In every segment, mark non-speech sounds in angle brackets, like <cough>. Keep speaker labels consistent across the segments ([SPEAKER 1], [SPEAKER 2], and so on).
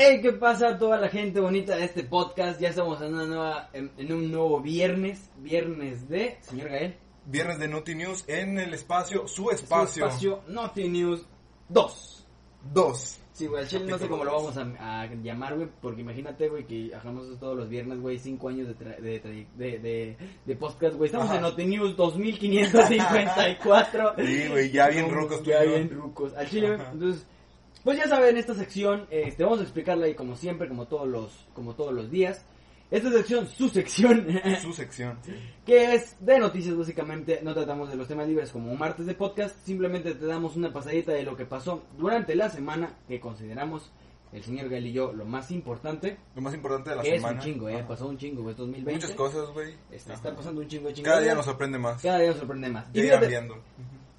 [SPEAKER 1] Hey, ¿qué pasa toda la gente bonita de este podcast? Ya estamos en, una nueva, en, en un nuevo viernes, viernes de... Señor Gael.
[SPEAKER 2] Viernes de Noti News en el espacio, su
[SPEAKER 1] su
[SPEAKER 2] espacio.
[SPEAKER 1] Espacio Naughty News 2.
[SPEAKER 2] Dos.
[SPEAKER 1] Sí, güey, al chile no sé cómo lo vamos a, a llamar, güey, porque imagínate, güey, que hagamos eso todos los viernes, güey, cinco años de, tra- de, tra- de, de, de podcast, güey. Estamos
[SPEAKER 2] Ajá.
[SPEAKER 1] en Naughty News 2554.
[SPEAKER 2] Sí, güey, ya bien rucos tú y
[SPEAKER 1] Ya
[SPEAKER 2] yo.
[SPEAKER 1] bien rucos. Al chile, güey,
[SPEAKER 2] Ajá.
[SPEAKER 1] entonces, pues ya saben, esta sección, este, vamos a explicarla ahí como siempre, como todos los, como todos los días. Esta sección, su sección,
[SPEAKER 2] Su sección.
[SPEAKER 1] que es de noticias básicamente, no tratamos de los temas libres como un martes de podcast, simplemente te damos una pasadita de lo que pasó durante la semana que consideramos el señor Gael y yo lo más importante,
[SPEAKER 2] Lo más importante de la
[SPEAKER 1] que es un
[SPEAKER 2] semana.
[SPEAKER 1] chingo, eh,
[SPEAKER 2] Ajá.
[SPEAKER 1] pasó un chingo, güey, es 2020.
[SPEAKER 2] Muchas cosas, güey.
[SPEAKER 1] Está,
[SPEAKER 2] Ajá.
[SPEAKER 1] está pues, pasando un chingo de chingo.
[SPEAKER 2] Cada día nos sorprende más.
[SPEAKER 1] Cada día nos sorprende más. Y
[SPEAKER 2] Ya irán
[SPEAKER 1] fíjate,
[SPEAKER 2] viendo.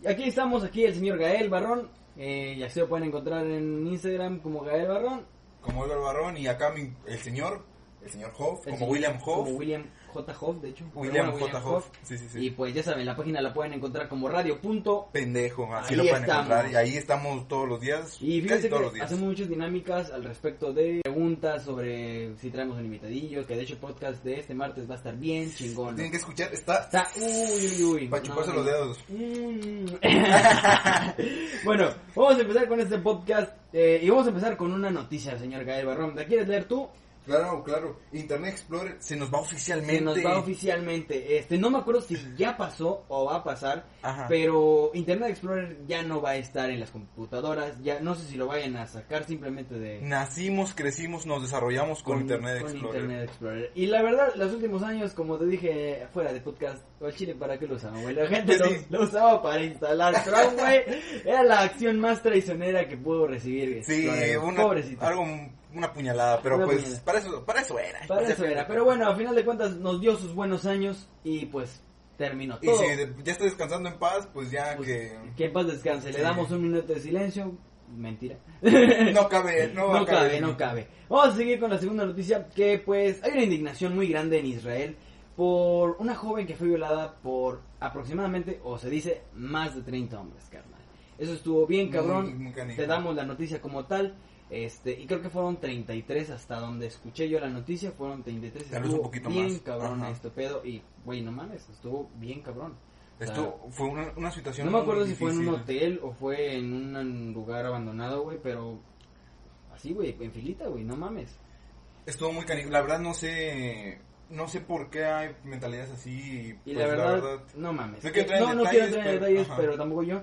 [SPEAKER 1] aquí estamos, aquí el señor Gael Barrón, eh, y así lo pueden encontrar en Instagram como Gael Barrón.
[SPEAKER 2] Como Edgar Barón y acá mi- el señor, el señor Hoff,
[SPEAKER 1] el
[SPEAKER 2] como
[SPEAKER 1] señor-
[SPEAKER 2] William Hoff.
[SPEAKER 1] Como William J. Hoff, de hecho. Pero
[SPEAKER 2] William
[SPEAKER 1] bueno,
[SPEAKER 2] J. Hoff. Sí, sí, sí.
[SPEAKER 1] Y pues ya saben, la página la pueden encontrar como radio.
[SPEAKER 2] Pendejo, así
[SPEAKER 1] Ahí
[SPEAKER 2] lo pueden
[SPEAKER 1] estamos.
[SPEAKER 2] encontrar. Y ahí estamos todos los días.
[SPEAKER 1] Y fíjense
[SPEAKER 2] casi todos los
[SPEAKER 1] que
[SPEAKER 2] días.
[SPEAKER 1] hacemos muchas dinámicas al respecto de preguntas sobre si traemos un invitadillo, que de hecho el podcast de este martes va a estar bien chingón.
[SPEAKER 2] Tienen que escuchar, está
[SPEAKER 1] Está, uy, uy, uy.
[SPEAKER 2] para chuparse los dedos.
[SPEAKER 1] Mm. <laughs> bueno, vamos a empezar con este podcast eh, y vamos a empezar con una noticia, señor Gael Barrón. ¿La quieres leer tú?
[SPEAKER 2] Claro, claro. Internet Explorer se nos va oficialmente.
[SPEAKER 1] Se nos va oficialmente. Este, no me acuerdo si ya pasó o va a pasar,
[SPEAKER 2] Ajá.
[SPEAKER 1] pero Internet Explorer ya no va a estar en las computadoras. Ya no sé si lo vayan a sacar simplemente de
[SPEAKER 2] Nacimos, crecimos, nos desarrollamos con, Internet
[SPEAKER 1] con
[SPEAKER 2] Explorer.
[SPEAKER 1] Internet Explorer. Y la verdad, los últimos años, como te dije fuera de podcast, o el chile para qué lo usaban,
[SPEAKER 2] <laughs>
[SPEAKER 1] güey. La gente lo-
[SPEAKER 2] Sí.
[SPEAKER 1] lo, usaba para instalar Chrome, güey. Era la acción más traicionera que pudo recibir.
[SPEAKER 2] Sí,
[SPEAKER 1] Explorer.
[SPEAKER 2] una,
[SPEAKER 1] Pobrecito.
[SPEAKER 2] algo, una puñalada, pero
[SPEAKER 1] Una
[SPEAKER 2] pues
[SPEAKER 1] puñalada.
[SPEAKER 2] para eso para eso era.
[SPEAKER 1] Para eso era. Pero bueno, a final de cuentas nos dio sus buenos años y pues terminó
[SPEAKER 2] Y
[SPEAKER 1] todo.
[SPEAKER 2] si de- ya está descansando en paz, pues ya
[SPEAKER 1] Pues, <laughs>
[SPEAKER 2] que...
[SPEAKER 1] que en paz descanse. Le
[SPEAKER 2] Sí.
[SPEAKER 1] damos un minuto de silencio. Mentira.
[SPEAKER 2] No cabe, no, va
[SPEAKER 1] No
[SPEAKER 2] a
[SPEAKER 1] cabe,
[SPEAKER 2] caber.
[SPEAKER 1] no cabe. Vamos a seguir con la segunda noticia, que pues hay una indignación muy grande en Israel por una joven que fue violada por aproximadamente, o se dice, más de 30 hombres, carnal. Eso estuvo bien,
[SPEAKER 2] Muy,
[SPEAKER 1] cabrón.
[SPEAKER 2] muy canijo.
[SPEAKER 1] Te damos la noticia como tal. Este, y creo que fueron 33 hasta donde escuché yo la noticia, fueron 33.
[SPEAKER 2] Tal vez
[SPEAKER 1] estuvo
[SPEAKER 2] un poquito
[SPEAKER 1] bien
[SPEAKER 2] más.
[SPEAKER 1] cabrón
[SPEAKER 2] Ajá.
[SPEAKER 1] este pedo y güey, no mames, estuvo bien cabrón. O sea,
[SPEAKER 2] Esto fue una, una situación
[SPEAKER 1] no me acuerdo
[SPEAKER 2] muy
[SPEAKER 1] si fue en un
[SPEAKER 2] difícil.
[SPEAKER 1] hotel o fue en un lugar abandonado, güey, pero así, güey, en filita, güey, no mames.
[SPEAKER 2] Estuvo muy canijo. La verdad no sé... No sé por qué hay mentalidades así.
[SPEAKER 1] Y
[SPEAKER 2] pues,
[SPEAKER 1] la, verdad, no mames.
[SPEAKER 2] No quiero entrar en
[SPEAKER 1] no, no
[SPEAKER 2] detalles,
[SPEAKER 1] quiero entrar en
[SPEAKER 2] pero-
[SPEAKER 1] detalles,
[SPEAKER 2] ajá.
[SPEAKER 1] pero tampoco yo.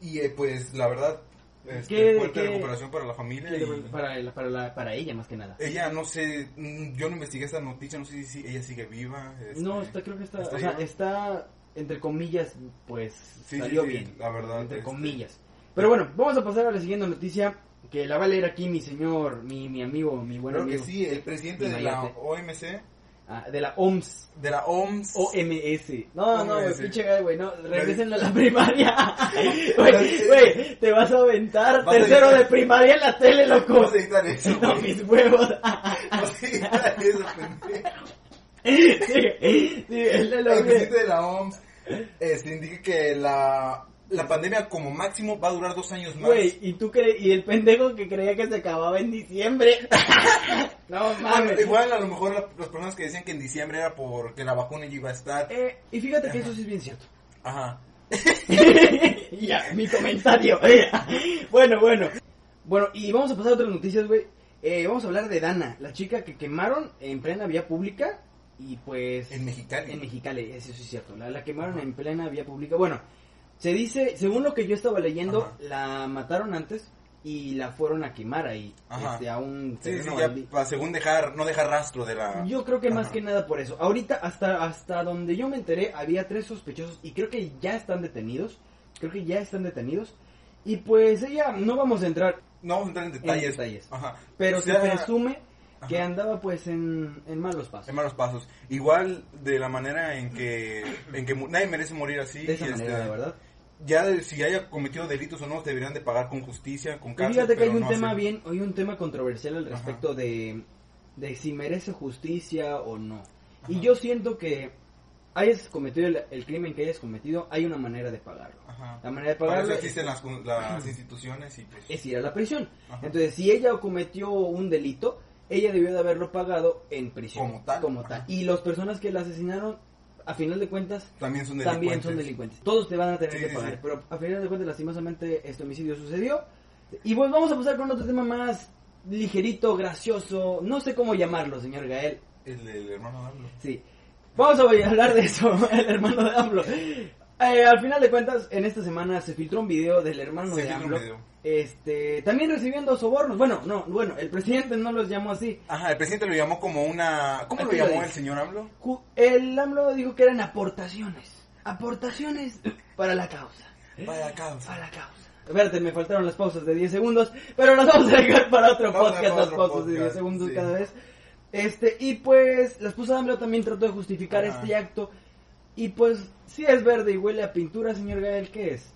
[SPEAKER 2] Y eh, pues la verdad... Este,
[SPEAKER 1] ¿Qué-
[SPEAKER 2] fuerte
[SPEAKER 1] qué-
[SPEAKER 2] recuperación para la familia. y-
[SPEAKER 1] Para, la- para, la- para ella, más que nada.
[SPEAKER 2] Ella, no sé, mm, yo no investigué esta noticia, no sé si- si ella sigue viva. este,
[SPEAKER 1] no, está, creo que está,
[SPEAKER 2] ¿está
[SPEAKER 1] o sea,
[SPEAKER 2] viva?
[SPEAKER 1] está, entre comillas, pues,
[SPEAKER 2] Sí,
[SPEAKER 1] salió
[SPEAKER 2] sí, sí,
[SPEAKER 1] bien.
[SPEAKER 2] la verdad,
[SPEAKER 1] Entre
[SPEAKER 2] este-
[SPEAKER 1] comillas. Pero bueno, vamos a pasar a la siguiente noticia, que la va a leer aquí mi señor, mi, mi amigo, mi buen
[SPEAKER 2] Creo que
[SPEAKER 1] amigo.
[SPEAKER 2] sí, el presidente de la
[SPEAKER 1] Imagínate.
[SPEAKER 2] OMC,
[SPEAKER 1] Ah, de la OMS.
[SPEAKER 2] de la OMS,
[SPEAKER 1] OMS. No, no, güey,
[SPEAKER 2] OMS.
[SPEAKER 1] pinche gay, güey, no, regresen a la primaria.
[SPEAKER 2] <laughs>
[SPEAKER 1] Güey,
[SPEAKER 2] Regresen.
[SPEAKER 1] güey, te vas a aventar
[SPEAKER 2] Vas a
[SPEAKER 1] tercero
[SPEAKER 2] editar.
[SPEAKER 1] de primaria en la tele, loco.
[SPEAKER 2] Vas a editar eso,
[SPEAKER 1] No, <laughs>
[SPEAKER 2] güey.
[SPEAKER 1] mis huevos.
[SPEAKER 2] Vas a editar eso,
[SPEAKER 1] <laughs>
[SPEAKER 2] pendejo.
[SPEAKER 1] Sigue, sigue, le
[SPEAKER 2] el
[SPEAKER 1] logré.
[SPEAKER 2] presidente de la OMS este, indica que la, la pandemia como máximo va a durar dos años más.
[SPEAKER 1] Güey, y tú cre y el pendejo que creía que se acababa en diciembre. <laughs> No
[SPEAKER 2] Bueno,
[SPEAKER 1] mames.
[SPEAKER 2] igual a lo mejor la- las personas que decían que en diciembre era porque la vacuna ya iba a estar.
[SPEAKER 1] Eh, y fíjate que eso sí es bien cierto.
[SPEAKER 2] Ajá.
[SPEAKER 1] <laughs> ya, mi comentario. <laughs> bueno, bueno. Bueno, y vamos a pasar a otras noticias, güey. Eh, vamos a hablar de Dana, la chica que quemaron en plena vía pública y pues...
[SPEAKER 2] En Mexicali.
[SPEAKER 1] En Mexicali, eso sí es cierto. La, la quemaron en plena vía pública. Bueno, se dice, según lo que yo estaba leyendo,
[SPEAKER 2] Ajá.
[SPEAKER 1] la mataron antes y la fueron a quemar ahí.
[SPEAKER 2] Ajá.
[SPEAKER 1] este, a un
[SPEAKER 2] Sí, sí,
[SPEAKER 1] terreno
[SPEAKER 2] ya,
[SPEAKER 1] baldío.
[SPEAKER 2] pa- según dejar, no dejar rastro de la...
[SPEAKER 1] Yo creo que más
[SPEAKER 2] Ajá.
[SPEAKER 1] que nada por eso. Ahorita, hasta, hasta donde yo me enteré, había tres sospechosos y creo que ya están detenidos. Creo que ya están detenidos. Y pues ella, no vamos a entrar
[SPEAKER 2] no vamos a entrar en detalles.
[SPEAKER 1] detalles.
[SPEAKER 2] Ajá.
[SPEAKER 1] Pero se
[SPEAKER 2] Ya-
[SPEAKER 1] presume que
[SPEAKER 2] Ajá.
[SPEAKER 1] andaba pues en, en malos pasos.
[SPEAKER 2] En malos pasos. Igual de la manera en que, en que mu- nadie merece morir así.
[SPEAKER 1] de esa
[SPEAKER 2] y este,
[SPEAKER 1] manera, la verdad.
[SPEAKER 2] Ya de- si haya cometido delitos o no, deberían de pagar con justicia, con
[SPEAKER 1] Y
[SPEAKER 2] cárcel.
[SPEAKER 1] fíjate que hay
[SPEAKER 2] pero
[SPEAKER 1] un
[SPEAKER 2] no
[SPEAKER 1] tema
[SPEAKER 2] así.
[SPEAKER 1] bien, hay un tema controversial al
[SPEAKER 2] Ajá.
[SPEAKER 1] respecto de, de si merece justicia o no. Y
[SPEAKER 2] Ajá.
[SPEAKER 1] yo siento que hayas cometido el, el crimen que hayas cometido, hay una manera de pagarlo.
[SPEAKER 2] Ajá.
[SPEAKER 1] La manera de
[SPEAKER 2] Para
[SPEAKER 1] pagarlo
[SPEAKER 2] eso
[SPEAKER 1] es,
[SPEAKER 2] existen las, con- las instituciones y pues...
[SPEAKER 1] es ir a la prisión.
[SPEAKER 2] Ajá.
[SPEAKER 1] Entonces, si ella cometió un delito, ella debió de haberlo pagado en prisión.
[SPEAKER 2] Como tal. Ajá.
[SPEAKER 1] Y las personas que la asesinaron, a final de cuentas,
[SPEAKER 2] También son delincuentes.
[SPEAKER 1] también son delincuentes. Todos te van a tener
[SPEAKER 2] Sí,
[SPEAKER 1] que
[SPEAKER 2] sí,
[SPEAKER 1] pagar.
[SPEAKER 2] sí.
[SPEAKER 1] Pero a final de cuentas, lastimosamente, este homicidio sucedió. Y pues vamos a pasar con otro tema más ligerito, gracioso. No sé cómo llamarlo, señor Gael.
[SPEAKER 2] El, el hermano de AMLO.
[SPEAKER 1] Sí. Vamos a hablar de eso, <laughs> el hermano de AMLO. Eh, al final de cuentas, en esta semana se filtró un video del hermano
[SPEAKER 2] Se
[SPEAKER 1] de
[SPEAKER 2] filtró un
[SPEAKER 1] AMLO.
[SPEAKER 2] video.
[SPEAKER 1] Este, también recibiendo sobornos. Bueno, no, bueno, el presidente no los llamó así.
[SPEAKER 2] Ajá, el presidente lo llamó como una... ¿Cómo lo
[SPEAKER 1] Aquí lo
[SPEAKER 2] llamó
[SPEAKER 1] dice.
[SPEAKER 2] el señor AMLO?
[SPEAKER 1] Ju- El AMLO dijo que eran aportaciones. Aportaciones para la causa.
[SPEAKER 2] Para la causa.
[SPEAKER 1] A la causa. Espérate, me faltaron las pausas de 10 segundos, pero las vamos a dejar para otro
[SPEAKER 2] Vamos a
[SPEAKER 1] podcast,
[SPEAKER 2] dejar
[SPEAKER 1] las
[SPEAKER 2] otro
[SPEAKER 1] pausas de
[SPEAKER 2] podcast,
[SPEAKER 1] 10 segundos
[SPEAKER 2] sí.
[SPEAKER 1] cada vez. Este, y pues, la esposa de AMLO también trató de justificar
[SPEAKER 2] Ajá.
[SPEAKER 1] este acto. Y pues, si es verde y huele a pintura, señor Gael, ¿qué es?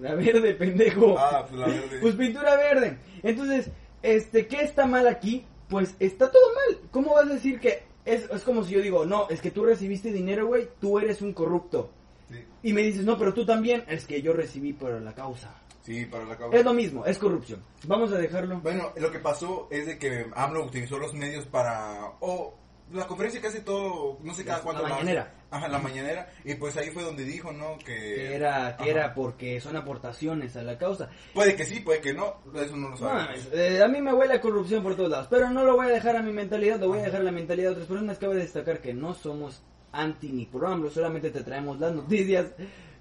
[SPEAKER 1] La verde, pendejo.
[SPEAKER 2] Ah, pues la
[SPEAKER 1] <laughs>
[SPEAKER 2] verde.
[SPEAKER 1] Pues pintura verde. Entonces, este, ¿qué está mal aquí? Pues está todo mal. ¿Cómo vas a decir que es, es como si yo digo, no, es que tú recibiste dinero, güey, tú eres un corrupto?
[SPEAKER 2] Sí.
[SPEAKER 1] Y me dices, no, pero tú también. Es que yo recibí por la causa.
[SPEAKER 2] Sí, para la causa.
[SPEAKER 1] Es lo mismo, es corrupción. Vamos a dejarlo.
[SPEAKER 2] Bueno, lo que pasó es de que AMLO utilizó los medios para... O la conferencia que hace todo, no sé cada
[SPEAKER 1] La-
[SPEAKER 2] cuánto...
[SPEAKER 1] la
[SPEAKER 2] hace.
[SPEAKER 1] mañanera.
[SPEAKER 2] Ajá, la mañanera. Y pues ahí fue donde dijo, ¿no? Que,
[SPEAKER 1] Que era, que
[SPEAKER 2] eh, Ajá.
[SPEAKER 1] era porque son aportaciones a la causa.
[SPEAKER 2] Puede que sí, puede que no. Eso no lo
[SPEAKER 1] No,
[SPEAKER 2] sabemos.
[SPEAKER 1] eh, a mí me huele a corrupción por todos lados, pero no lo voy a dejar a mi mentalidad, lo voy a dejar a la mentalidad de otras personas. Cabe destacar que no somos anti ni pro AMLO, solamente te traemos las noticias,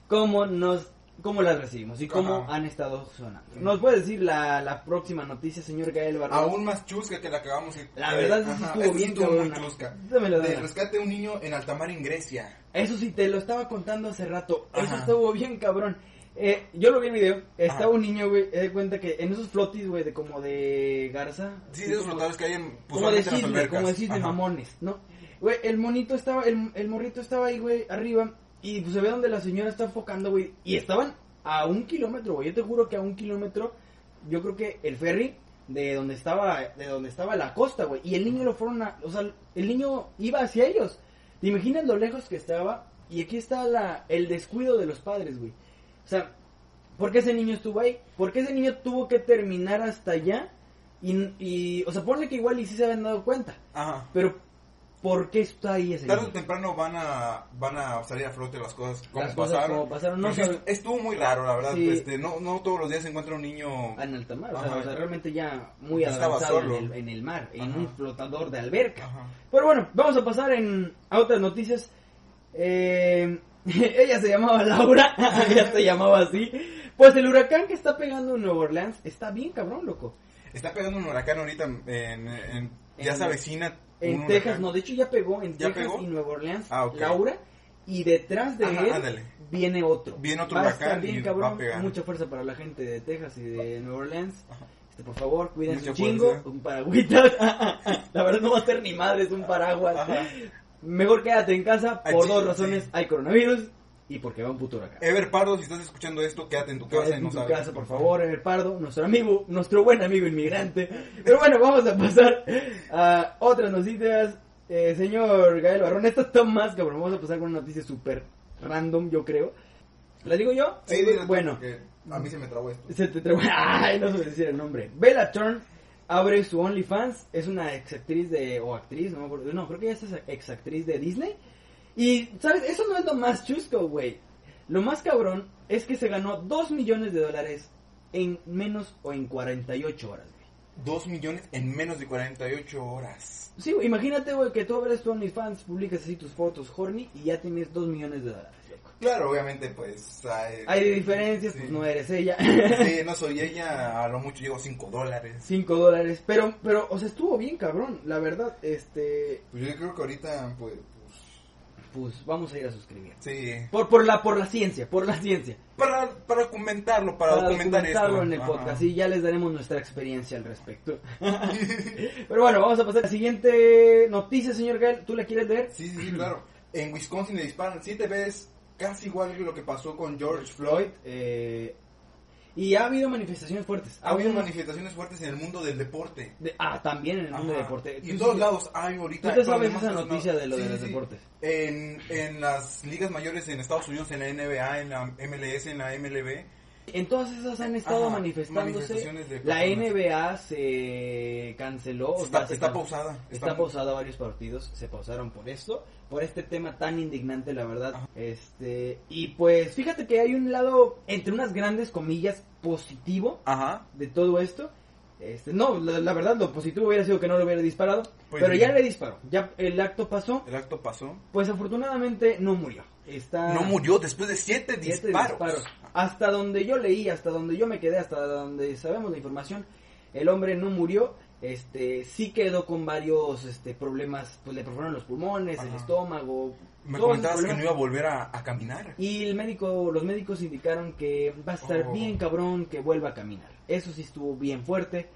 [SPEAKER 1] cómo nos cómo las recibimos y cómo
[SPEAKER 2] Ajá.
[SPEAKER 1] han estado sonando. ¿Nos puede decir la, la próxima noticia, señor Gael Barrón?
[SPEAKER 2] Aún más chusca que la que acabamos de...
[SPEAKER 1] La verdad sí
[SPEAKER 2] Ajá,
[SPEAKER 1] estuvo
[SPEAKER 2] esta
[SPEAKER 1] bien
[SPEAKER 2] muy
[SPEAKER 1] cabrona.
[SPEAKER 2] chusca.
[SPEAKER 1] Dámelo,
[SPEAKER 2] Del
[SPEAKER 1] dámelo.
[SPEAKER 2] rescate de un niño en Altamar, en Grecia.
[SPEAKER 1] Eso sí, te lo estaba contando hace rato. Eso
[SPEAKER 2] Ajá.
[SPEAKER 1] estuvo bien cabrón. Eh, yo lo vi en video. Estaba
[SPEAKER 2] Ajá.
[SPEAKER 1] un niño, güey. He de cuenta que en esos flotis, güey, de como de garza.
[SPEAKER 2] Sí, de esos flotadores que hay en... pues,
[SPEAKER 1] como de
[SPEAKER 2] solamente
[SPEAKER 1] cisne,
[SPEAKER 2] en las
[SPEAKER 1] como de
[SPEAKER 2] albercas.
[SPEAKER 1] cisne,
[SPEAKER 2] Ajá.
[SPEAKER 1] mamones, ¿no? Güey, el monito estaba, el, el morrito estaba ahí, güey, arriba. Y pues, se ve donde la señora está enfocando, güey. Y estaban a un kilómetro, güey. Yo te juro que a un kilómetro, yo creo que el ferry de donde estaba, de donde estaba la costa, güey. Y el niño lo fueron a, o sea, el niño iba hacia ellos. ¿Te imaginas lo lejos que estaba? Y aquí está la, el descuido de los padres, güey. O sea, ¿por qué ese niño estuvo ahí? ¿Por qué ese niño tuvo que terminar hasta allá? Y, y o sea, ponle que igual y sí se habían dado cuenta.
[SPEAKER 2] Ajá.
[SPEAKER 1] Pero, ¿por qué está ahí ese
[SPEAKER 2] Tarde o
[SPEAKER 1] niño?
[SPEAKER 2] temprano van a, van a salir a flote las cosas como
[SPEAKER 1] Las cosas
[SPEAKER 2] pasaron.
[SPEAKER 1] como pasaron, no
[SPEAKER 2] Pero sí
[SPEAKER 1] sabe-
[SPEAKER 2] estu- estuvo muy raro, la verdad.
[SPEAKER 1] Sí.
[SPEAKER 2] Este, no, no todos los días se encuentra un niño...
[SPEAKER 1] En alta mar, o sea,
[SPEAKER 2] Ajá.
[SPEAKER 1] o sea, realmente ya muy
[SPEAKER 2] Estaba
[SPEAKER 1] avanzado en
[SPEAKER 2] solo.
[SPEAKER 1] el, en el mar, en
[SPEAKER 2] Ajá.
[SPEAKER 1] un flotador de alberca.
[SPEAKER 2] Ajá.
[SPEAKER 1] Pero bueno, vamos a pasar en, a otras noticias. Eh, <laughs> ella se llamaba Laura, <laughs> ella se llamaba así. Pues el huracán que está pegando en Nueva Orleans está bien cabrón, loco.
[SPEAKER 2] Está pegando un huracán ahorita en... en- en- ya
[SPEAKER 1] En-
[SPEAKER 2] se avecina
[SPEAKER 1] En
[SPEAKER 2] un
[SPEAKER 1] Texas,
[SPEAKER 2] huracán.
[SPEAKER 1] no, de hecho ya pegó en
[SPEAKER 2] ¿Ya
[SPEAKER 1] Texas
[SPEAKER 2] pegó?
[SPEAKER 1] y Nueva Orleans,
[SPEAKER 2] Ah, ok.
[SPEAKER 1] Laura, y detrás de
[SPEAKER 2] Ajá,
[SPEAKER 1] él
[SPEAKER 2] ándale.
[SPEAKER 1] viene otro.
[SPEAKER 2] Viene otro
[SPEAKER 1] Va a
[SPEAKER 2] huracán
[SPEAKER 1] estar
[SPEAKER 2] y
[SPEAKER 1] bien
[SPEAKER 2] va
[SPEAKER 1] cabrón,
[SPEAKER 2] a pegar.
[SPEAKER 1] mucha fuerza para la gente de Texas y de Nueva Orleans. Este, por favor, cuídense
[SPEAKER 2] Mucha
[SPEAKER 1] un chingo,
[SPEAKER 2] fuerza.
[SPEAKER 1] un paragüitas. <laughs> la verdad no va a ser ni madre, es un paraguas.
[SPEAKER 2] Ajá.
[SPEAKER 1] Mejor quédate en casa
[SPEAKER 2] Ah,
[SPEAKER 1] por
[SPEAKER 2] sí,
[SPEAKER 1] dos razones,
[SPEAKER 2] sí.
[SPEAKER 1] hay coronavirus y porque va un puto huracán.
[SPEAKER 2] Ever Pardo, si estás escuchando esto, quédate en tu casa.
[SPEAKER 1] Quédate
[SPEAKER 2] y
[SPEAKER 1] en
[SPEAKER 2] no
[SPEAKER 1] tu
[SPEAKER 2] salgas.
[SPEAKER 1] casa, por favor, el Pardo, nuestro amigo, nuestro buen amigo inmigrante. Pero bueno, vamos a pasar a otras noticias. Eh, señor Gael Barrón, esta está más cabrón. Vamos a pasar con una noticia súper random, yo creo. ¿La digo yo?
[SPEAKER 2] Sí,
[SPEAKER 1] Eh,
[SPEAKER 2] dile,
[SPEAKER 1] bueno,
[SPEAKER 2] porque A mí se me trabó esto.
[SPEAKER 1] se te trabó- <laughs> Ay, no se me decía el nombre. Bella Thorne abre su OnlyFans. Es una exactriz de. o actriz, no me acuerdo. No, creo que ella es exactriz de Disney. Y, ¿sabes? Eso no es lo más chusco, güey. Lo más cabrón es que se ganó 2 millones de dólares en menos o en 48 horas, güey.
[SPEAKER 2] Dos millones en menos de 48 horas.
[SPEAKER 1] Sí, güey, imagínate, güey, que tú abres tu OnlyFans, publicas así tus fotos horny y ya tienes 2 millones de dólares, loco.
[SPEAKER 2] Claro, obviamente, pues... Hay,
[SPEAKER 1] Hay diferencias,
[SPEAKER 2] Sí.
[SPEAKER 1] pues no eres ella. <laughs>
[SPEAKER 2] Sí, no soy ella, a lo mucho llevo 5 dólares.
[SPEAKER 1] 5 dólares, pero, pero, o sea, estuvo bien cabrón, la verdad, este,
[SPEAKER 2] Pues yo creo que ahorita, pues... pues,
[SPEAKER 1] pues vamos a ir a suscribir.
[SPEAKER 2] Sí.
[SPEAKER 1] Por, por, la, por la ciencia, por la ciencia.
[SPEAKER 2] Para, para comentarlo, para,
[SPEAKER 1] para
[SPEAKER 2] documentar
[SPEAKER 1] documentarlo
[SPEAKER 2] esto.
[SPEAKER 1] en el
[SPEAKER 2] Ajá.
[SPEAKER 1] podcast y ya les daremos nuestra experiencia al
[SPEAKER 2] <laughs>
[SPEAKER 1] respecto. Pero bueno, vamos a pasar a la siguiente noticia, señor Gael. ¿Tú la quieres leer?
[SPEAKER 2] Sí, sí, sí, claro. En Wisconsin le disparan siete veces, casi igual que lo que pasó con George Floyd.
[SPEAKER 1] Eh, y ha habido manifestaciones fuertes.
[SPEAKER 2] Ha habido
[SPEAKER 1] Aún-
[SPEAKER 2] manifestaciones fuertes en el mundo del deporte.
[SPEAKER 1] de- ah, también en el mundo
[SPEAKER 2] Ajá.
[SPEAKER 1] del deporte.
[SPEAKER 2] Y
[SPEAKER 1] Tú
[SPEAKER 2] en todos
[SPEAKER 1] sí-
[SPEAKER 2] lados hay ahorita.
[SPEAKER 1] tú te sabes
[SPEAKER 2] problemas
[SPEAKER 1] esa
[SPEAKER 2] personales.
[SPEAKER 1] noticia de lo de
[SPEAKER 2] Sí,
[SPEAKER 1] los
[SPEAKER 2] sí.
[SPEAKER 1] deportes.
[SPEAKER 2] En, en las ligas mayores en Estados Unidos, en la NBA, en la MLS, en la MLB.
[SPEAKER 1] En todas esas han estado
[SPEAKER 2] Ajá,
[SPEAKER 1] manifestándose.
[SPEAKER 2] manifestaciones de
[SPEAKER 1] La
[SPEAKER 2] personas.
[SPEAKER 1] NBA se canceló. o
[SPEAKER 2] Está,
[SPEAKER 1] sea, se
[SPEAKER 2] está
[SPEAKER 1] can-
[SPEAKER 2] pausada.
[SPEAKER 1] Está pausado varios partidos, se pausaron por esto, por este tema tan indignante, la verdad.
[SPEAKER 2] Ajá.
[SPEAKER 1] Este, y pues fíjate que hay un lado, entre unas grandes comillas, positivo
[SPEAKER 2] Ajá.
[SPEAKER 1] de todo esto. Este, no, la, la verdad, lo positivo hubiera sido que no lo hubiera disparado,
[SPEAKER 2] Pues
[SPEAKER 1] pero
[SPEAKER 2] sí.
[SPEAKER 1] ya le disparó, ya el acto pasó,
[SPEAKER 2] El acto pasó.
[SPEAKER 1] pues afortunadamente no murió. Está
[SPEAKER 2] No murió después de siete,
[SPEAKER 1] Ah. siete
[SPEAKER 2] disparos.
[SPEAKER 1] este Hasta donde yo leí, hasta donde yo me quedé, hasta donde sabemos la información, el hombre no murió. Este, sí quedó con varios este, problemas, pues le perforaron los pulmones, el
[SPEAKER 2] Ajá.
[SPEAKER 1] estómago.
[SPEAKER 2] Me
[SPEAKER 1] todos
[SPEAKER 2] comentabas
[SPEAKER 1] esos
[SPEAKER 2] que no
[SPEAKER 1] problemas.
[SPEAKER 2] iba a volver a, a caminar.
[SPEAKER 1] Y el médico, los médicos indicaron que va a estar
[SPEAKER 2] Oh.
[SPEAKER 1] bien cabrón que vuelva a caminar. Eso sí estuvo bien fuerte.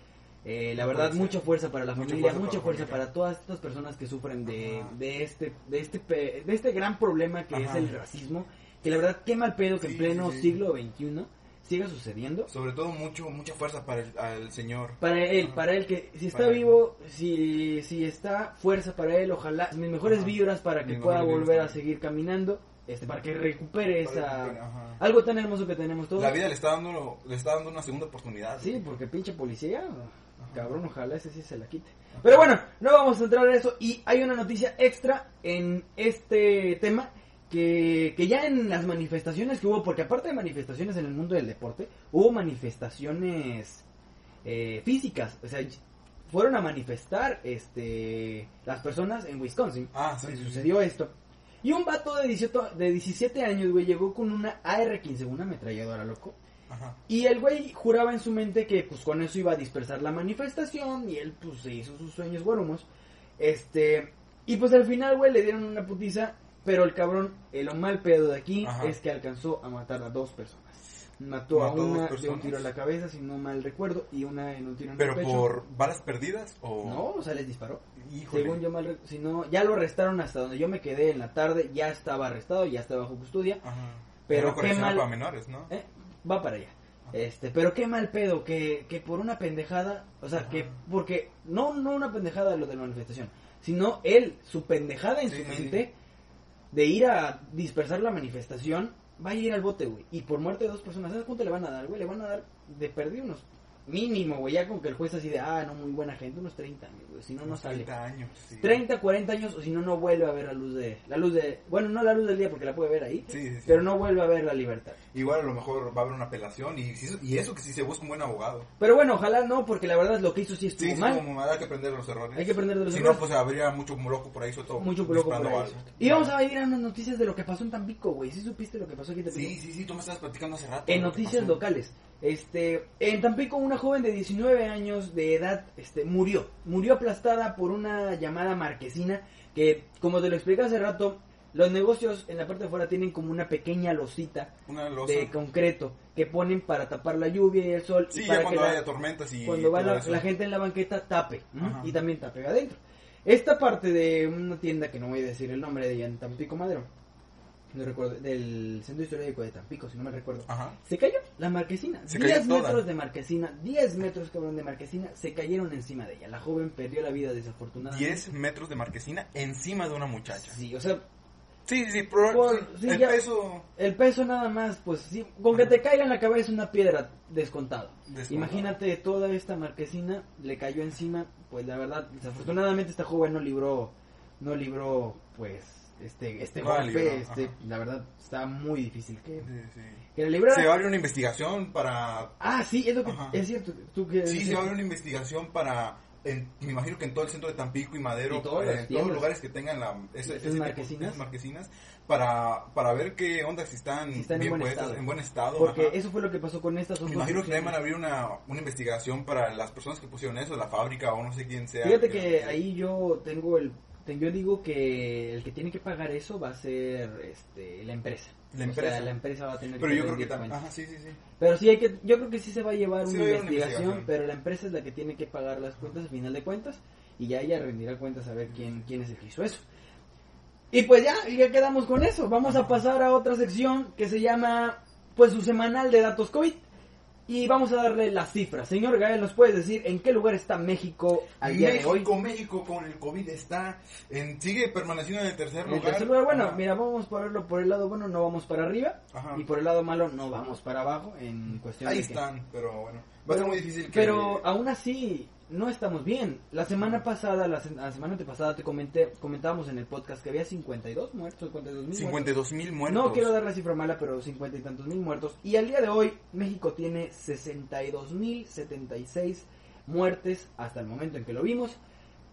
[SPEAKER 1] Eh, la
[SPEAKER 2] No
[SPEAKER 1] verdad,
[SPEAKER 2] puede ser.
[SPEAKER 1] mucha fuerza para la
[SPEAKER 2] Mucha
[SPEAKER 1] familia,
[SPEAKER 2] fuerza
[SPEAKER 1] mucha
[SPEAKER 2] para
[SPEAKER 1] fuerza
[SPEAKER 2] la familia.
[SPEAKER 1] para todas estas personas que sufren de,
[SPEAKER 2] Ajá.
[SPEAKER 1] de este de este pe- de este gran problema que es
[SPEAKER 2] Ajá.
[SPEAKER 1] el racismo. Que la verdad, qué mal pedo que en
[SPEAKER 2] Sí,
[SPEAKER 1] pleno
[SPEAKER 2] sí, sí.
[SPEAKER 1] siglo XXI siga sucediendo.
[SPEAKER 2] Sobre todo mucho, mucha fuerza para el al señor.
[SPEAKER 1] Para él,
[SPEAKER 2] Ajá.
[SPEAKER 1] para él que si está
[SPEAKER 2] Para él.
[SPEAKER 1] vivo, si, si está fuerza para él, ojalá mis mejores
[SPEAKER 2] Ajá.
[SPEAKER 1] vibras para que
[SPEAKER 2] Mis
[SPEAKER 1] pueda
[SPEAKER 2] mejores
[SPEAKER 1] volver a
[SPEAKER 2] vibras.
[SPEAKER 1] seguir caminando, este para que recupere
[SPEAKER 2] Para
[SPEAKER 1] esa
[SPEAKER 2] el- ajá.
[SPEAKER 1] algo tan hermoso que tenemos ah, todos.
[SPEAKER 2] La vida le está dando, le está dando una segunda oportunidad.
[SPEAKER 1] Sí, porque pinche policía, cabrón, ojalá ese sí se la quite. Pero bueno, no vamos a entrar en eso y hay una noticia extra en este tema que, que ya en las manifestaciones que hubo, porque aparte de manifestaciones en el mundo del deporte, hubo manifestaciones eh, físicas, o sea, fueron a manifestar este las personas en Wisconsin.
[SPEAKER 2] Ah, sí,
[SPEAKER 1] donde
[SPEAKER 2] sí,
[SPEAKER 1] sucedió esto. Y un vato de 18, de 17 años, güey, llegó con una AR-15, una ametralladora, loco.
[SPEAKER 2] Ajá.
[SPEAKER 1] Y el güey juraba en su mente que pues con eso iba a dispersar la manifestación y él pues se hizo sus sueños guarumos. Este, y pues al final, güey, le dieron una putiza, pero el cabrón, eh, lo mal pedo de aquí
[SPEAKER 2] Ajá.
[SPEAKER 1] es que alcanzó a matar a dos personas. Mató, a
[SPEAKER 2] Mató a dos
[SPEAKER 1] una de un
[SPEAKER 2] personas.
[SPEAKER 1] tiro a la cabeza, si no mal recuerdo, y una en un tiro en
[SPEAKER 2] Pero
[SPEAKER 1] el pecho.
[SPEAKER 2] por balas perdidas o.
[SPEAKER 1] No, o sea, les disparó.
[SPEAKER 2] Híjole.
[SPEAKER 1] Según yo mal, rec- si no, ya lo arrestaron hasta donde yo me quedé en la tarde, ya estaba arrestado, ya está bajo custodia.
[SPEAKER 2] Ajá.
[SPEAKER 1] Pero
[SPEAKER 2] Era
[SPEAKER 1] qué
[SPEAKER 2] correccional
[SPEAKER 1] mal-
[SPEAKER 2] para menores, ¿no?
[SPEAKER 1] Eh, va para allá. Este, pero qué mal pedo que, que por una pendejada, o sea, que
[SPEAKER 2] Ajá.
[SPEAKER 1] porque no no una pendejada lo de la manifestación, sino él su pendejada en
[SPEAKER 2] Sí,
[SPEAKER 1] su
[SPEAKER 2] sí,
[SPEAKER 1] mente de ir a dispersar la manifestación, va a ir al bote, güey, y por muerte de dos personas, ¿sabes cuánto le van a dar, güey? Le van a dar de perdido unos mínimo, güey, ya con que el juez así de, ah, no muy buena gente, unos 30 años, güey, si no no
[SPEAKER 2] Unos
[SPEAKER 1] sale.
[SPEAKER 2] 30 años. sí.
[SPEAKER 1] 30, 40 años o si no no vuelve a ver la luz de la luz de, bueno, no la luz del día porque la puede ver ahí,
[SPEAKER 2] Sí, sí, sí.
[SPEAKER 1] pero no vuelve a ver la libertad.
[SPEAKER 2] Igual a lo mejor va a haber una apelación y, si- y eso que si se busca un buen abogado.
[SPEAKER 1] Pero bueno, ojalá no, porque la verdad lo que hizo sí estuvo
[SPEAKER 2] Sí, sí,
[SPEAKER 1] mal.
[SPEAKER 2] como hay que aprender los errores.
[SPEAKER 1] Hay que aprender de los
[SPEAKER 2] si
[SPEAKER 1] errores.
[SPEAKER 2] no, pues habría mucho loco por ahí, sobre todo.
[SPEAKER 1] Mucho loco por
[SPEAKER 2] disparando
[SPEAKER 1] ahí.
[SPEAKER 2] balas.
[SPEAKER 1] Y vamos a ir a unas noticias de lo que pasó en Tampico, güey. ¿Sí supiste lo que pasó aquí en Tampico?
[SPEAKER 2] Sí, sí, sí, tú me estabas platicando hace rato.
[SPEAKER 1] En
[SPEAKER 2] lo que
[SPEAKER 1] noticias
[SPEAKER 2] pasó.
[SPEAKER 1] locales. Este, en Tampico una joven de 19 años de edad este, murió. Murió aplastada por una llamada marquesina que, como te lo expliqué hace rato, los negocios en la parte de afuera tienen como una pequeña losita
[SPEAKER 2] Una losa.
[SPEAKER 1] de concreto que ponen para tapar la lluvia y el sol. y
[SPEAKER 2] Sí,
[SPEAKER 1] para
[SPEAKER 2] ya
[SPEAKER 1] que
[SPEAKER 2] cuando
[SPEAKER 1] la-
[SPEAKER 2] haya tormentas y.
[SPEAKER 1] cuando va
[SPEAKER 2] todo
[SPEAKER 1] la,
[SPEAKER 2] eso.
[SPEAKER 1] la gente en la banqueta tape ¿m?
[SPEAKER 2] Ajá.
[SPEAKER 1] y también tape adentro. Esta parte de una tienda que no voy a decir el nombre de ella en Tampico Madero, no recuerdo, del centro histórico de Tampico, si no me recuerdo.
[SPEAKER 2] Ajá.
[SPEAKER 1] Se cayó la marquesina,
[SPEAKER 2] Se
[SPEAKER 1] 10
[SPEAKER 2] cayó toda.
[SPEAKER 1] metros de marquesina, 10 metros cabrón de marquesina, se cayeron encima de ella. La joven perdió la vida desafortunadamente.
[SPEAKER 2] 10 metros de marquesina encima de una muchacha. Sí,
[SPEAKER 1] Ah. Sí, o sea,
[SPEAKER 2] sí, sí, pro-
[SPEAKER 1] Por- sí,
[SPEAKER 2] el
[SPEAKER 1] ya.
[SPEAKER 2] peso.
[SPEAKER 1] el peso nada más, pues sí, con que te caiga en la cabeza una piedra, descontado.
[SPEAKER 2] Descontado.
[SPEAKER 1] Imagínate toda esta marquesina le cayó encima, pues la verdad, desafortunadamente esta joven no libró, no libró, pues este, este
[SPEAKER 2] No la
[SPEAKER 1] golpe,
[SPEAKER 2] libró,
[SPEAKER 1] este,
[SPEAKER 2] ajá.
[SPEAKER 1] la verdad está muy difícil que,
[SPEAKER 2] Sí, sí.
[SPEAKER 1] que la
[SPEAKER 2] Se
[SPEAKER 1] librara.
[SPEAKER 2] abre una investigación para.
[SPEAKER 1] Ah, sí, es lo que
[SPEAKER 2] Ajá.
[SPEAKER 1] es cierto. Tú que
[SPEAKER 2] Sí, se
[SPEAKER 1] sí.
[SPEAKER 2] abre una investigación para. en- me imagino que en todo el centro de Tampico y Madero,
[SPEAKER 1] Y todas
[SPEAKER 2] eh,
[SPEAKER 1] las
[SPEAKER 2] en todos
[SPEAKER 1] tiendas.
[SPEAKER 2] los lugares que tengan la, ese-
[SPEAKER 1] Esas
[SPEAKER 2] ese tipo-
[SPEAKER 1] marquesinas.
[SPEAKER 2] esas marquesinas, para, para ver qué onda, si están,
[SPEAKER 1] Si están en
[SPEAKER 2] bien
[SPEAKER 1] buen
[SPEAKER 2] puestas,
[SPEAKER 1] estado.
[SPEAKER 2] en buen estado.
[SPEAKER 1] porque
[SPEAKER 2] ajá.
[SPEAKER 1] eso fue lo que pasó con estas dos
[SPEAKER 2] Me imagino que
[SPEAKER 1] construcciones.
[SPEAKER 2] también van a abrir una, una investigación para las personas que pusieron eso, la fábrica o no sé quién sea.
[SPEAKER 1] Fíjate que ahí yo tengo el te- yo digo que el que tiene que pagar eso va a ser este, la empresa.
[SPEAKER 2] La
[SPEAKER 1] O sea,
[SPEAKER 2] empresa.
[SPEAKER 1] la empresa va a tener
[SPEAKER 2] Pero yo creo que
[SPEAKER 1] rendir
[SPEAKER 2] también.
[SPEAKER 1] cuentas.
[SPEAKER 2] Ajá, sí, sí, sí.
[SPEAKER 1] Pero sí hay que, yo creo que sí se va a llevar
[SPEAKER 2] Sí
[SPEAKER 1] una,
[SPEAKER 2] va a llevar una
[SPEAKER 1] investigación,
[SPEAKER 2] investigación.
[SPEAKER 1] pero la empresa es la que tiene que pagar las cuentas al final de cuentas y ya ella rendirá cuentas a ver quién, quién es el que hizo eso. Y pues ya, y ya quedamos con eso. Vamos a pasar a otra sección que se llama, pues su semanal de datos COVID. Y vamos a darle las cifras. Señor Gael, ¿nos puedes decir en qué lugar está México al día de
[SPEAKER 2] México,
[SPEAKER 1] hoy?
[SPEAKER 2] México con el COVID está en, sigue permaneciendo en el tercer
[SPEAKER 1] En el
[SPEAKER 2] lugar.
[SPEAKER 1] tercer lugar, bueno,
[SPEAKER 2] Ajá.
[SPEAKER 1] mira, vamos a verlo por el lado bueno, no vamos para arriba.
[SPEAKER 2] Ajá.
[SPEAKER 1] Y por el lado malo, no vamos para abajo. En cuestión
[SPEAKER 2] Ahí
[SPEAKER 1] de que-
[SPEAKER 2] están, pero bueno. Va a
[SPEAKER 1] Pero-
[SPEAKER 2] ser muy difícil que.
[SPEAKER 1] Pero aún así, no estamos bien. La semana pasada, la, se- la semana antepasada te comenté, comentábamos en el podcast que había 52 muertos, 52 mil
[SPEAKER 2] 52 mil muertos.
[SPEAKER 1] No quiero dar la cifra mala, pero 50 y tantos mil muertos. Y al día de hoy, México tiene 62 mil 76 muertes hasta el momento en que lo vimos.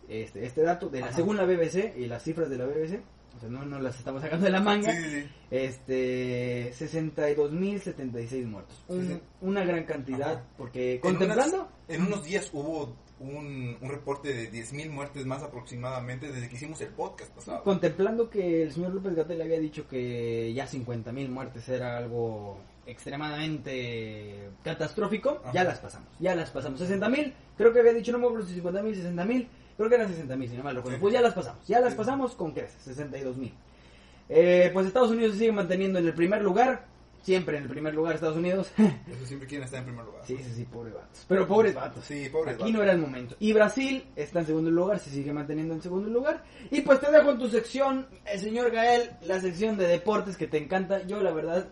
[SPEAKER 1] Este, este dato de la,
[SPEAKER 2] Ajá.
[SPEAKER 1] según la BBC y las cifras de la BBC, o sea, no, no las estamos sacando de la manga.
[SPEAKER 2] Sí, sí, sí.
[SPEAKER 1] Este, 62.076 muertos. Un-
[SPEAKER 2] Sí, sí.
[SPEAKER 1] Una gran cantidad,
[SPEAKER 2] Ajá.
[SPEAKER 1] porque
[SPEAKER 2] En unas-
[SPEAKER 1] contemplando,
[SPEAKER 2] En unos, días hubo un, un reporte de 10 mil muertes más aproximadamente desde que hicimos el podcast pasado.
[SPEAKER 1] contemplando que el señor López Gatel había dicho que ya 50.000 muertes era algo extremadamente catastrófico,
[SPEAKER 2] Ajá.
[SPEAKER 1] ya las pasamos, ya las pasamos. 60.000, creo que había dicho, no me acuerdo si 50.000, 60.000, creo que eran 60.000, si no mal recuerdo.
[SPEAKER 2] Sí.
[SPEAKER 1] Pues ya las pasamos, ya las
[SPEAKER 2] Sí.
[SPEAKER 1] pasamos con creces, 62.000. Eh, pues Estados Unidos se sigue manteniendo en el primer lugar, siempre en el primer lugar Estados Unidos.
[SPEAKER 2] Eso siempre quieren estar en primer lugar.
[SPEAKER 1] Sí, sí, sí, pobres vatos. Pero pobres vatos.
[SPEAKER 2] Sí, pobres
[SPEAKER 1] Aquí
[SPEAKER 2] vatos.
[SPEAKER 1] no era el momento. Y Brasil está en segundo lugar, se sigue manteniendo en segundo lugar. Y pues te dejo en tu sección, el señor Gael, la sección de deportes que te encanta. Yo, la verdad,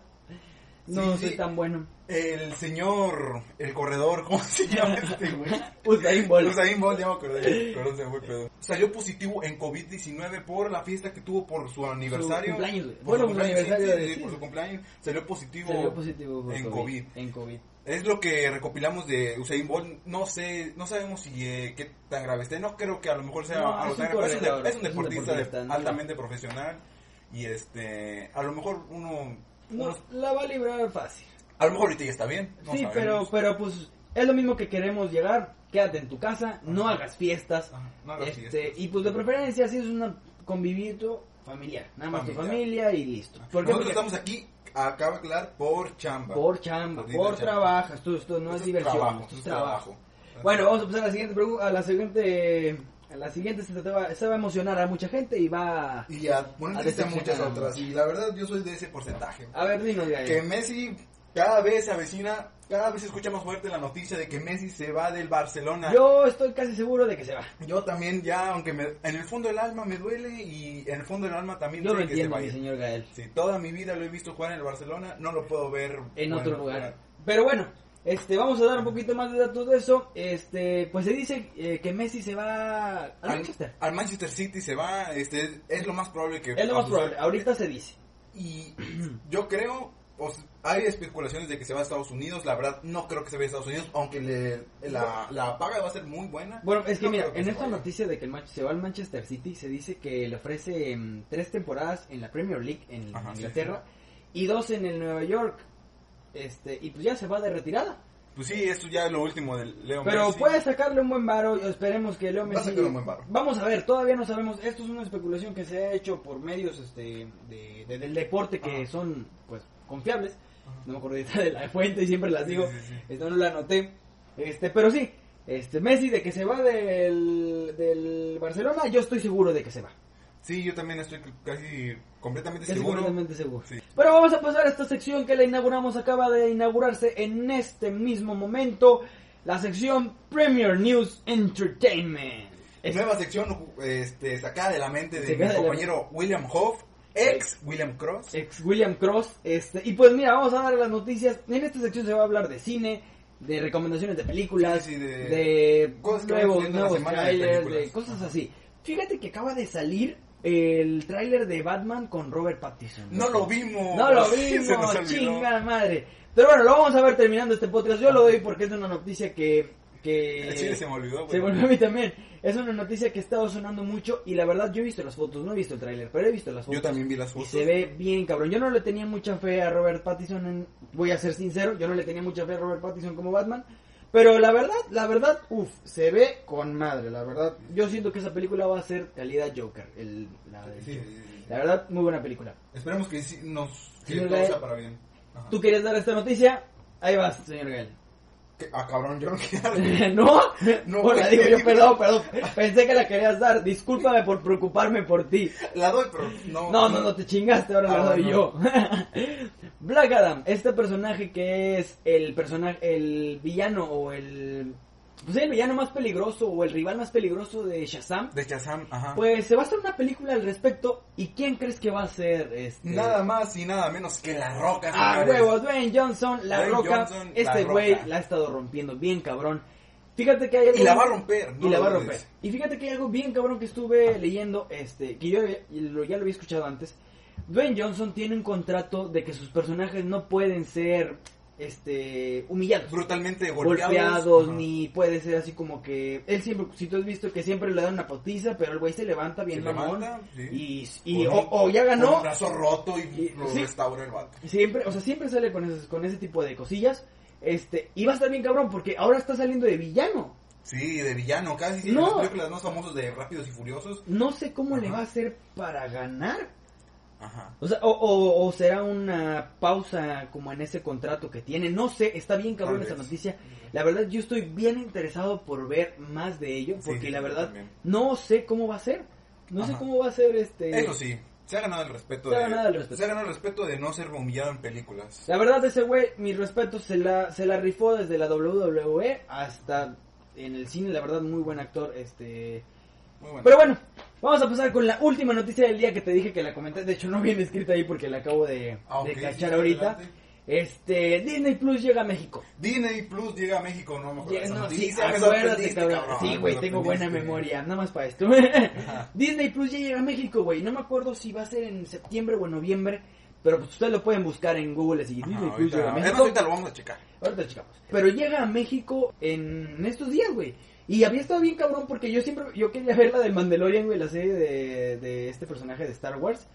[SPEAKER 1] no
[SPEAKER 2] Sí,
[SPEAKER 1] soy
[SPEAKER 2] sí.
[SPEAKER 1] tan bueno.
[SPEAKER 2] El señor, el corredor, <laughs> ¿cómo se
[SPEAKER 1] <laughs>
[SPEAKER 2] llama este güey?
[SPEAKER 1] Usain Bolt.
[SPEAKER 2] Usain Bolt, ya me acordé. Perdón, se me fue, perdón. Salió positivo en COVID-19 por la fiesta que tuvo por su aniversario.
[SPEAKER 1] cumpleaños, güey.
[SPEAKER 2] Por
[SPEAKER 1] Bueno,
[SPEAKER 2] su
[SPEAKER 1] por su
[SPEAKER 2] cumpleaños, sí,
[SPEAKER 1] aniversario
[SPEAKER 2] sí,
[SPEAKER 1] de-
[SPEAKER 2] sí, por su cumpleaños. Salió positivo,
[SPEAKER 1] Salió positivo por
[SPEAKER 2] en COVID.
[SPEAKER 1] En COVID.
[SPEAKER 2] Es lo que recopilamos de Usain Bolt. No sé, no sabemos si eh, qué tan grave esté. No creo que a lo mejor sea
[SPEAKER 1] No,
[SPEAKER 2] algo
[SPEAKER 1] es un
[SPEAKER 2] tan grave. Es un de-
[SPEAKER 1] corredor,
[SPEAKER 2] es un deportista, de-
[SPEAKER 1] deportista, no.
[SPEAKER 2] altamente profesional. Y este, a lo mejor uno,
[SPEAKER 1] No,
[SPEAKER 2] unos-
[SPEAKER 1] la va a librar fácil.
[SPEAKER 2] a lo mejor ahorita ya está bien. no
[SPEAKER 1] sí,
[SPEAKER 2] sabemos.
[SPEAKER 1] pero, pero pues es lo mismo que queremos llegar. Quédate en tu casa, no hagas fiestas.
[SPEAKER 2] Ajá, Ah, no hagas
[SPEAKER 1] Este,
[SPEAKER 2] fiestas.
[SPEAKER 1] Y pues de preferencia si es un convivito familiar. Nada más tu
[SPEAKER 2] Familiar.
[SPEAKER 1] familia y listo. ¿Por qué?
[SPEAKER 2] Nosotros
[SPEAKER 1] Porque-
[SPEAKER 2] estamos aquí, acaba de aclarar, por chamba.
[SPEAKER 1] Por chamba, por,
[SPEAKER 2] Por linda chamba.
[SPEAKER 1] trabajo. Esto, esto no
[SPEAKER 2] Esto
[SPEAKER 1] es,
[SPEAKER 2] es
[SPEAKER 1] diversión,
[SPEAKER 2] trabajo,
[SPEAKER 1] esto
[SPEAKER 2] es
[SPEAKER 1] es trabajo.
[SPEAKER 2] trabajo.
[SPEAKER 1] Bueno, vamos a pasar a la siguiente pregunta, a la siguiente, a la siguiente se, te va, se va a emocionar a mucha gente y va a...
[SPEAKER 2] Y a poner
[SPEAKER 1] A
[SPEAKER 2] triste a
[SPEAKER 1] decepcionar
[SPEAKER 2] muchas
[SPEAKER 1] a Ah,
[SPEAKER 2] otras. Y la verdad, yo soy de ese porcentaje.
[SPEAKER 1] A ver, dinos, Gael.
[SPEAKER 2] Que Messi cada vez se avecina, cada vez se escucha más fuerte la noticia de que Messi se va del Barcelona.
[SPEAKER 1] Yo estoy casi seguro de que se va.
[SPEAKER 2] Yo también ya, aunque me- en el fondo del alma me duele y en el fondo del alma también
[SPEAKER 1] Yo
[SPEAKER 2] sé
[SPEAKER 1] lo
[SPEAKER 2] que se
[SPEAKER 1] entiendo,
[SPEAKER 2] va a
[SPEAKER 1] mi
[SPEAKER 2] ir.
[SPEAKER 1] señor Gael.
[SPEAKER 2] Si toda mi vida lo he visto jugar en el Barcelona, no lo puedo ver
[SPEAKER 1] En
[SPEAKER 2] bueno,
[SPEAKER 1] otro lugar. Pero bueno, este, vamos a dar un poquito más de datos de eso. Este, pues se dice eh, que Messi se va al
[SPEAKER 2] Al,
[SPEAKER 1] Manchester.
[SPEAKER 2] al Manchester City se va, este es lo más probable que
[SPEAKER 1] Es lo más probable. Ahorita se dice.
[SPEAKER 2] Y <clears throat> yo creo, o sea, hay especulaciones de que se va a Estados Unidos, la verdad no creo que se vaya a Estados Unidos, aunque le- la, la paga va a ser muy buena.
[SPEAKER 1] Bueno, es que
[SPEAKER 2] No
[SPEAKER 1] mira,
[SPEAKER 2] creo
[SPEAKER 1] en
[SPEAKER 2] se
[SPEAKER 1] esta
[SPEAKER 2] vaya.
[SPEAKER 1] noticia de que el Manch- se va al Manchester City, se dice que le ofrece em, tres temporadas en la Premier League en
[SPEAKER 2] Ajá, sí,
[SPEAKER 1] Inglaterra y dos en el Nueva York. Este, y pues ya se va de retirada.
[SPEAKER 2] Pues sí, esto ya es lo último del Leo
[SPEAKER 1] Pero
[SPEAKER 2] Messi.
[SPEAKER 1] puede sacarle un buen varo. Esperemos que Leo
[SPEAKER 2] Va a
[SPEAKER 1] Messi.
[SPEAKER 2] sacar un buen varo.
[SPEAKER 1] Vamos a ver, todavía no sabemos. Esto es una especulación que se ha hecho por medios este, de- de- del deporte que
[SPEAKER 2] Ajá.
[SPEAKER 1] son pues confiables.
[SPEAKER 2] Ajá.
[SPEAKER 1] No me acuerdo ahorita de la fuente y siempre las
[SPEAKER 2] Sí,
[SPEAKER 1] digo.
[SPEAKER 2] sí, sí.
[SPEAKER 1] Esto no la anoté. Este, pero sí, este Messi de que se va del, del Barcelona, yo estoy seguro de que se va.
[SPEAKER 2] Sí, yo también estoy casi completamente
[SPEAKER 1] Casi
[SPEAKER 2] seguro.
[SPEAKER 1] completamente seguro.
[SPEAKER 2] Sí.
[SPEAKER 1] Pero vamos a pasar a esta sección que la inauguramos, acaba de inaugurarse en este mismo momento, la sección Premier News Entertainment. Es-
[SPEAKER 2] Nueva sección este, sacada de la mente de
[SPEAKER 1] Sacada
[SPEAKER 2] mi
[SPEAKER 1] de la-
[SPEAKER 2] compañero William Hoff, ex William Cross.
[SPEAKER 1] ex William Cross. Este, y pues mira, vamos a dar las noticias. En esta sección se va a hablar de cine, de recomendaciones de películas,
[SPEAKER 2] Sí, sí, de-
[SPEAKER 1] de
[SPEAKER 2] cosas que van
[SPEAKER 1] nuevos,
[SPEAKER 2] saliendo en la
[SPEAKER 1] nuevos
[SPEAKER 2] semana de
[SPEAKER 1] trailers, de,
[SPEAKER 2] películas.
[SPEAKER 1] cosas así. Fíjate que acaba de salir el tráiler de Batman con Robert Pattinson.
[SPEAKER 2] No lo vimos.
[SPEAKER 1] No lo
[SPEAKER 2] <laughs> Se nos
[SPEAKER 1] vimos,
[SPEAKER 2] olvidó.
[SPEAKER 1] chinga madre. Pero bueno, lo vamos a ver terminando este podcast. Yo lo doy porque es una noticia que... que
[SPEAKER 2] Sí, se me olvidó,
[SPEAKER 1] Se
[SPEAKER 2] güey.
[SPEAKER 1] volvió a mí también. Es una noticia que ha estado sonando mucho y la verdad yo he visto las fotos, no he visto el tráiler, pero he visto las fotos.
[SPEAKER 2] Yo también vi las fotos.
[SPEAKER 1] Y se ve bien cabrón. Yo no le tenía mucha fe a Robert Pattinson, en- voy a ser sincero, yo no le tenía mucha fe a Robert Pattinson como Batman, Pero la verdad, la verdad, uff, se ve con madre, la verdad. Yo siento que esa película va a ser calidad Joker, el, la, del-
[SPEAKER 2] Sí, sí, sí, sí.
[SPEAKER 1] la verdad, muy buena película.
[SPEAKER 2] Esperemos que sí nos que
[SPEAKER 1] Sí,
[SPEAKER 2] todo
[SPEAKER 1] la-
[SPEAKER 2] sea para bien. Ajá.
[SPEAKER 1] ¿Tú querías dar esta noticia? Ahí vas, señor
[SPEAKER 2] <laughs>
[SPEAKER 1] Gael.
[SPEAKER 2] ¿Qué? Ah, cabrón, yo no quiero.
[SPEAKER 1] ¿No?
[SPEAKER 2] No, pues
[SPEAKER 1] Bueno,
[SPEAKER 2] güey.
[SPEAKER 1] digo yo, perdón, perdón. Pensé que la querías dar. Discúlpame por preocuparme por ti.
[SPEAKER 2] <laughs> La doy, pero no.
[SPEAKER 1] No, no, no, te chingaste, ahora
[SPEAKER 2] Ah,
[SPEAKER 1] lo doy
[SPEAKER 2] bueno.
[SPEAKER 1] yo. <laughs> Black Adam, este personaje que es el personaje, el villano o el... Pues el villano más peligroso o el rival más peligroso de Shazam.
[SPEAKER 2] De Shazam, ajá.
[SPEAKER 1] Pues se va a hacer una película al respecto. ¿Y quién crees que va a ser este?
[SPEAKER 2] Nada más y nada menos que La Roca.
[SPEAKER 1] Ah,
[SPEAKER 2] señores.
[SPEAKER 1] huevo, Dwayne Johnson, La
[SPEAKER 2] Dwayne
[SPEAKER 1] Roca.
[SPEAKER 2] Johnson, La
[SPEAKER 1] este
[SPEAKER 2] Roca.
[SPEAKER 1] güey la ha estado rompiendo bien cabrón. Fíjate que hay algo...
[SPEAKER 2] Y la va a romper. no
[SPEAKER 1] y la
[SPEAKER 2] lo
[SPEAKER 1] va a
[SPEAKER 2] dudes.
[SPEAKER 1] romper. Y fíjate que hay algo bien cabrón que estuve leyendo, este, que yo había- y lo- ya lo había escuchado antes. Dwayne Johnson tiene un contrato de que sus personajes no pueden ser este humillados,
[SPEAKER 2] Brutalmente golpeados.
[SPEAKER 1] golpeados,
[SPEAKER 2] Ajá.
[SPEAKER 1] ni puede ser así como que él siempre, si tú has visto que siempre le dan una potiza, pero el güey se levanta bien
[SPEAKER 2] Se
[SPEAKER 1] mamón
[SPEAKER 2] levanta, sí.
[SPEAKER 1] y, y-
[SPEAKER 2] Con
[SPEAKER 1] o,
[SPEAKER 2] un-
[SPEAKER 1] o ya
[SPEAKER 2] Con
[SPEAKER 1] ganó
[SPEAKER 2] un brazo roto y,
[SPEAKER 1] Y-
[SPEAKER 2] lo
[SPEAKER 1] sí.
[SPEAKER 2] restaura el vato.
[SPEAKER 1] Siempre, o sea, siempre sale con, esas- con ese tipo de cosillas. Este, y va a estar bien cabrón porque ahora está saliendo de villano.
[SPEAKER 2] Sí, de villano casi. Sí,
[SPEAKER 1] No.
[SPEAKER 2] Las películas más famosas de Rápidos y Furiosos.
[SPEAKER 1] No sé cómo le
[SPEAKER 2] Ajá.
[SPEAKER 1] va a hacer para ganar.
[SPEAKER 2] Ajá.
[SPEAKER 1] O sea, o, o- o será una pausa como en ese contrato que tiene. No sé, está bien cabrón
[SPEAKER 2] Tal
[SPEAKER 1] esa
[SPEAKER 2] vez.
[SPEAKER 1] noticia. La verdad, yo estoy bien interesado por ver más de ello porque
[SPEAKER 2] sí,
[SPEAKER 1] la
[SPEAKER 2] yo
[SPEAKER 1] verdad
[SPEAKER 2] también.
[SPEAKER 1] no sé cómo va a ser. No sé
[SPEAKER 2] Ajá.
[SPEAKER 1] cómo va a ser este.
[SPEAKER 2] Eso sí, se ha ganado el respeto.
[SPEAKER 1] Se ha
[SPEAKER 2] de,
[SPEAKER 1] ganado el respeto.
[SPEAKER 2] se ha ganado el respeto de no ser humillado en películas.
[SPEAKER 1] La verdad, ese güey, mis respetos, se la, se la rifó desde la WWE hasta en el cine. La verdad, muy buen actor. Este.
[SPEAKER 2] Muy bueno.
[SPEAKER 1] Pero bueno, vamos a pasar con la última noticia del día que te dije que la comenté. De hecho, no viene escrita ahí porque la acabo de,
[SPEAKER 2] Ah,
[SPEAKER 1] de
[SPEAKER 2] ok,
[SPEAKER 1] cachar
[SPEAKER 2] sí,
[SPEAKER 1] ahorita.
[SPEAKER 2] adelante.
[SPEAKER 1] Este, Disney Plus llega a México.
[SPEAKER 2] Disney Plus llega a México, no me acuerdo.
[SPEAKER 1] Llega-
[SPEAKER 2] esa
[SPEAKER 1] no, sí,
[SPEAKER 2] noticia, me
[SPEAKER 1] acuérdate,
[SPEAKER 2] sorprendiste,
[SPEAKER 1] cabrón.
[SPEAKER 2] cabrón,
[SPEAKER 1] Sí,
[SPEAKER 2] me
[SPEAKER 1] güey, tengo buena
[SPEAKER 2] sorprendiste.
[SPEAKER 1] memoria. Nada más para esto. <laughs> Disney Plus ya llega a México, güey. No me acuerdo si va a ser en septiembre o en noviembre. Pero pues ustedes lo pueden buscar en Google así.
[SPEAKER 2] Ajá,
[SPEAKER 1] Disney Plus
[SPEAKER 2] Ah, ahorita,
[SPEAKER 1] llega a
[SPEAKER 2] además,
[SPEAKER 1] México.
[SPEAKER 2] ahorita lo vamos a checar.
[SPEAKER 1] Ahorita lo checamos. Pero llega a México en estos días, güey. Y había estado bien cabrón porque yo siempre, yo quería ver la del Mandalorian, güey, la serie de, de este personaje de Star Wars.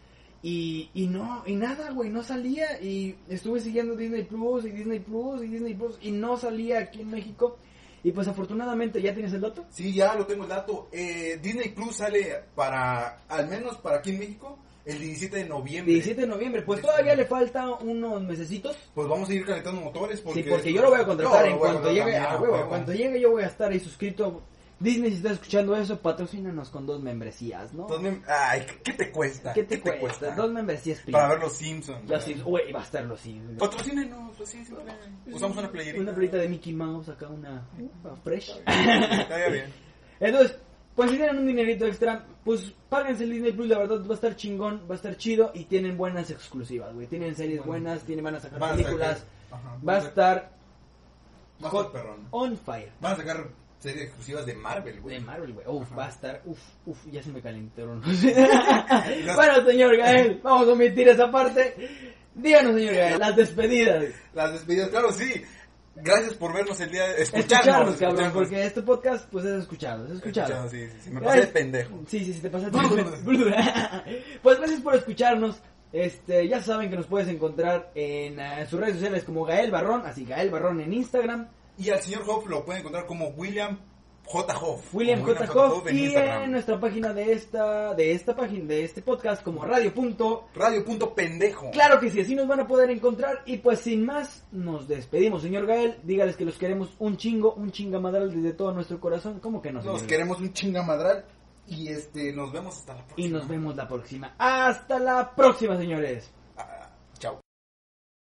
[SPEAKER 1] Y, y no, y nada, güey, no salía. Y estuve siguiendo Disney Plus y Disney Plus y Disney Plus y no salía aquí en México. Y pues afortunadamente, ¿ya tienes el dato?
[SPEAKER 2] Sí, ya lo tengo el dato. Eh, Disney Plus sale para, al menos para aquí en México, el 17 de noviembre.
[SPEAKER 1] 17 de noviembre, pues todavía le falta unos mesecitos.
[SPEAKER 2] Pues vamos a ir calentando motores. Porque
[SPEAKER 1] sí, porque yo lo voy a contratar
[SPEAKER 2] Yo lo
[SPEAKER 1] en
[SPEAKER 2] voy a
[SPEAKER 1] cuanto
[SPEAKER 2] contratar
[SPEAKER 1] llegue.
[SPEAKER 2] también,
[SPEAKER 1] a
[SPEAKER 2] a
[SPEAKER 1] huevo,
[SPEAKER 2] huevo.
[SPEAKER 1] cuando llegue yo voy a estar ahí suscrito. Disney, si estás escuchando eso, patrocínanos con dos membresías, ¿no?
[SPEAKER 2] Dos mem- Ay, ¿qué te cuesta?
[SPEAKER 1] ¿Qué te, cuesta? Dos membresías
[SPEAKER 2] Para
[SPEAKER 1] primas.
[SPEAKER 2] ver los Simpsons.
[SPEAKER 1] Los Sims, güey, va a estar los Sims.
[SPEAKER 2] Patrocínenos, pues los Simpsons. Usamos una playerita.
[SPEAKER 1] Una pelita de Mickey Mouse, acá una uh, fresh. <laughs>
[SPEAKER 2] Estaría bien.
[SPEAKER 1] Entonces, pues si tienen un dinerito extra, pues páguense el Disney Plus, la verdad va a estar chingón, va a estar chido y tienen buenas exclusivas, güey. Tienen series buenas, tienen, van a sacar
[SPEAKER 2] Van a
[SPEAKER 1] películas.
[SPEAKER 2] sacar- ajá,
[SPEAKER 1] va a
[SPEAKER 2] van a-
[SPEAKER 1] estar
[SPEAKER 2] Va a
[SPEAKER 1] hot-
[SPEAKER 2] estar perrón.
[SPEAKER 1] on fire.
[SPEAKER 2] Van a sacar series exclusivas de Marvel, güey.
[SPEAKER 1] De Marvel, güey. Uf,
[SPEAKER 2] Ajá.
[SPEAKER 1] va a estar. Uf, uf, ya se me
[SPEAKER 2] <laughs>
[SPEAKER 1] calentaron. <laughs> bueno, señor Gael, vamos a omitir esa parte. Díganos, señor Gael, las despedidas.
[SPEAKER 2] Las despedidas, claro, sí. Gracias por vernos el día de...
[SPEAKER 1] Escucharnos, cabrón,
[SPEAKER 2] Escucharnos, escucharnos.
[SPEAKER 1] porque este podcast, pues es escuchado, es escuchado.
[SPEAKER 2] Escuchado, sí, sí, sí. Me pasé de pendejo.
[SPEAKER 1] Sí, sí, sí, te pasaste. <laughs> pues gracias por escucharnos. Este, ya saben que nos puedes encontrar en eh, sus redes sociales como Gael Barrón, así Gael Barrón en Instagram,
[SPEAKER 2] Y al señor Hoff lo pueden encontrar como William J. Hoff.
[SPEAKER 1] William J. Hoff
[SPEAKER 2] en
[SPEAKER 1] y
[SPEAKER 2] Instagram.
[SPEAKER 1] en nuestra página de esta, de esta página, de este podcast como Radio Punto
[SPEAKER 2] Radio.pendejo.
[SPEAKER 1] Claro que sí, así nos van a poder encontrar. Y pues sin más, nos despedimos, señor Gael. Dígales que los queremos un chingo, un chingamadral desde todo nuestro corazón. ¿Cómo que no?
[SPEAKER 2] Nos
[SPEAKER 1] señor?
[SPEAKER 2] queremos un chingamadral. Y este, nos vemos hasta la próxima.
[SPEAKER 1] Y nos vemos la próxima. Hasta la próxima, señores.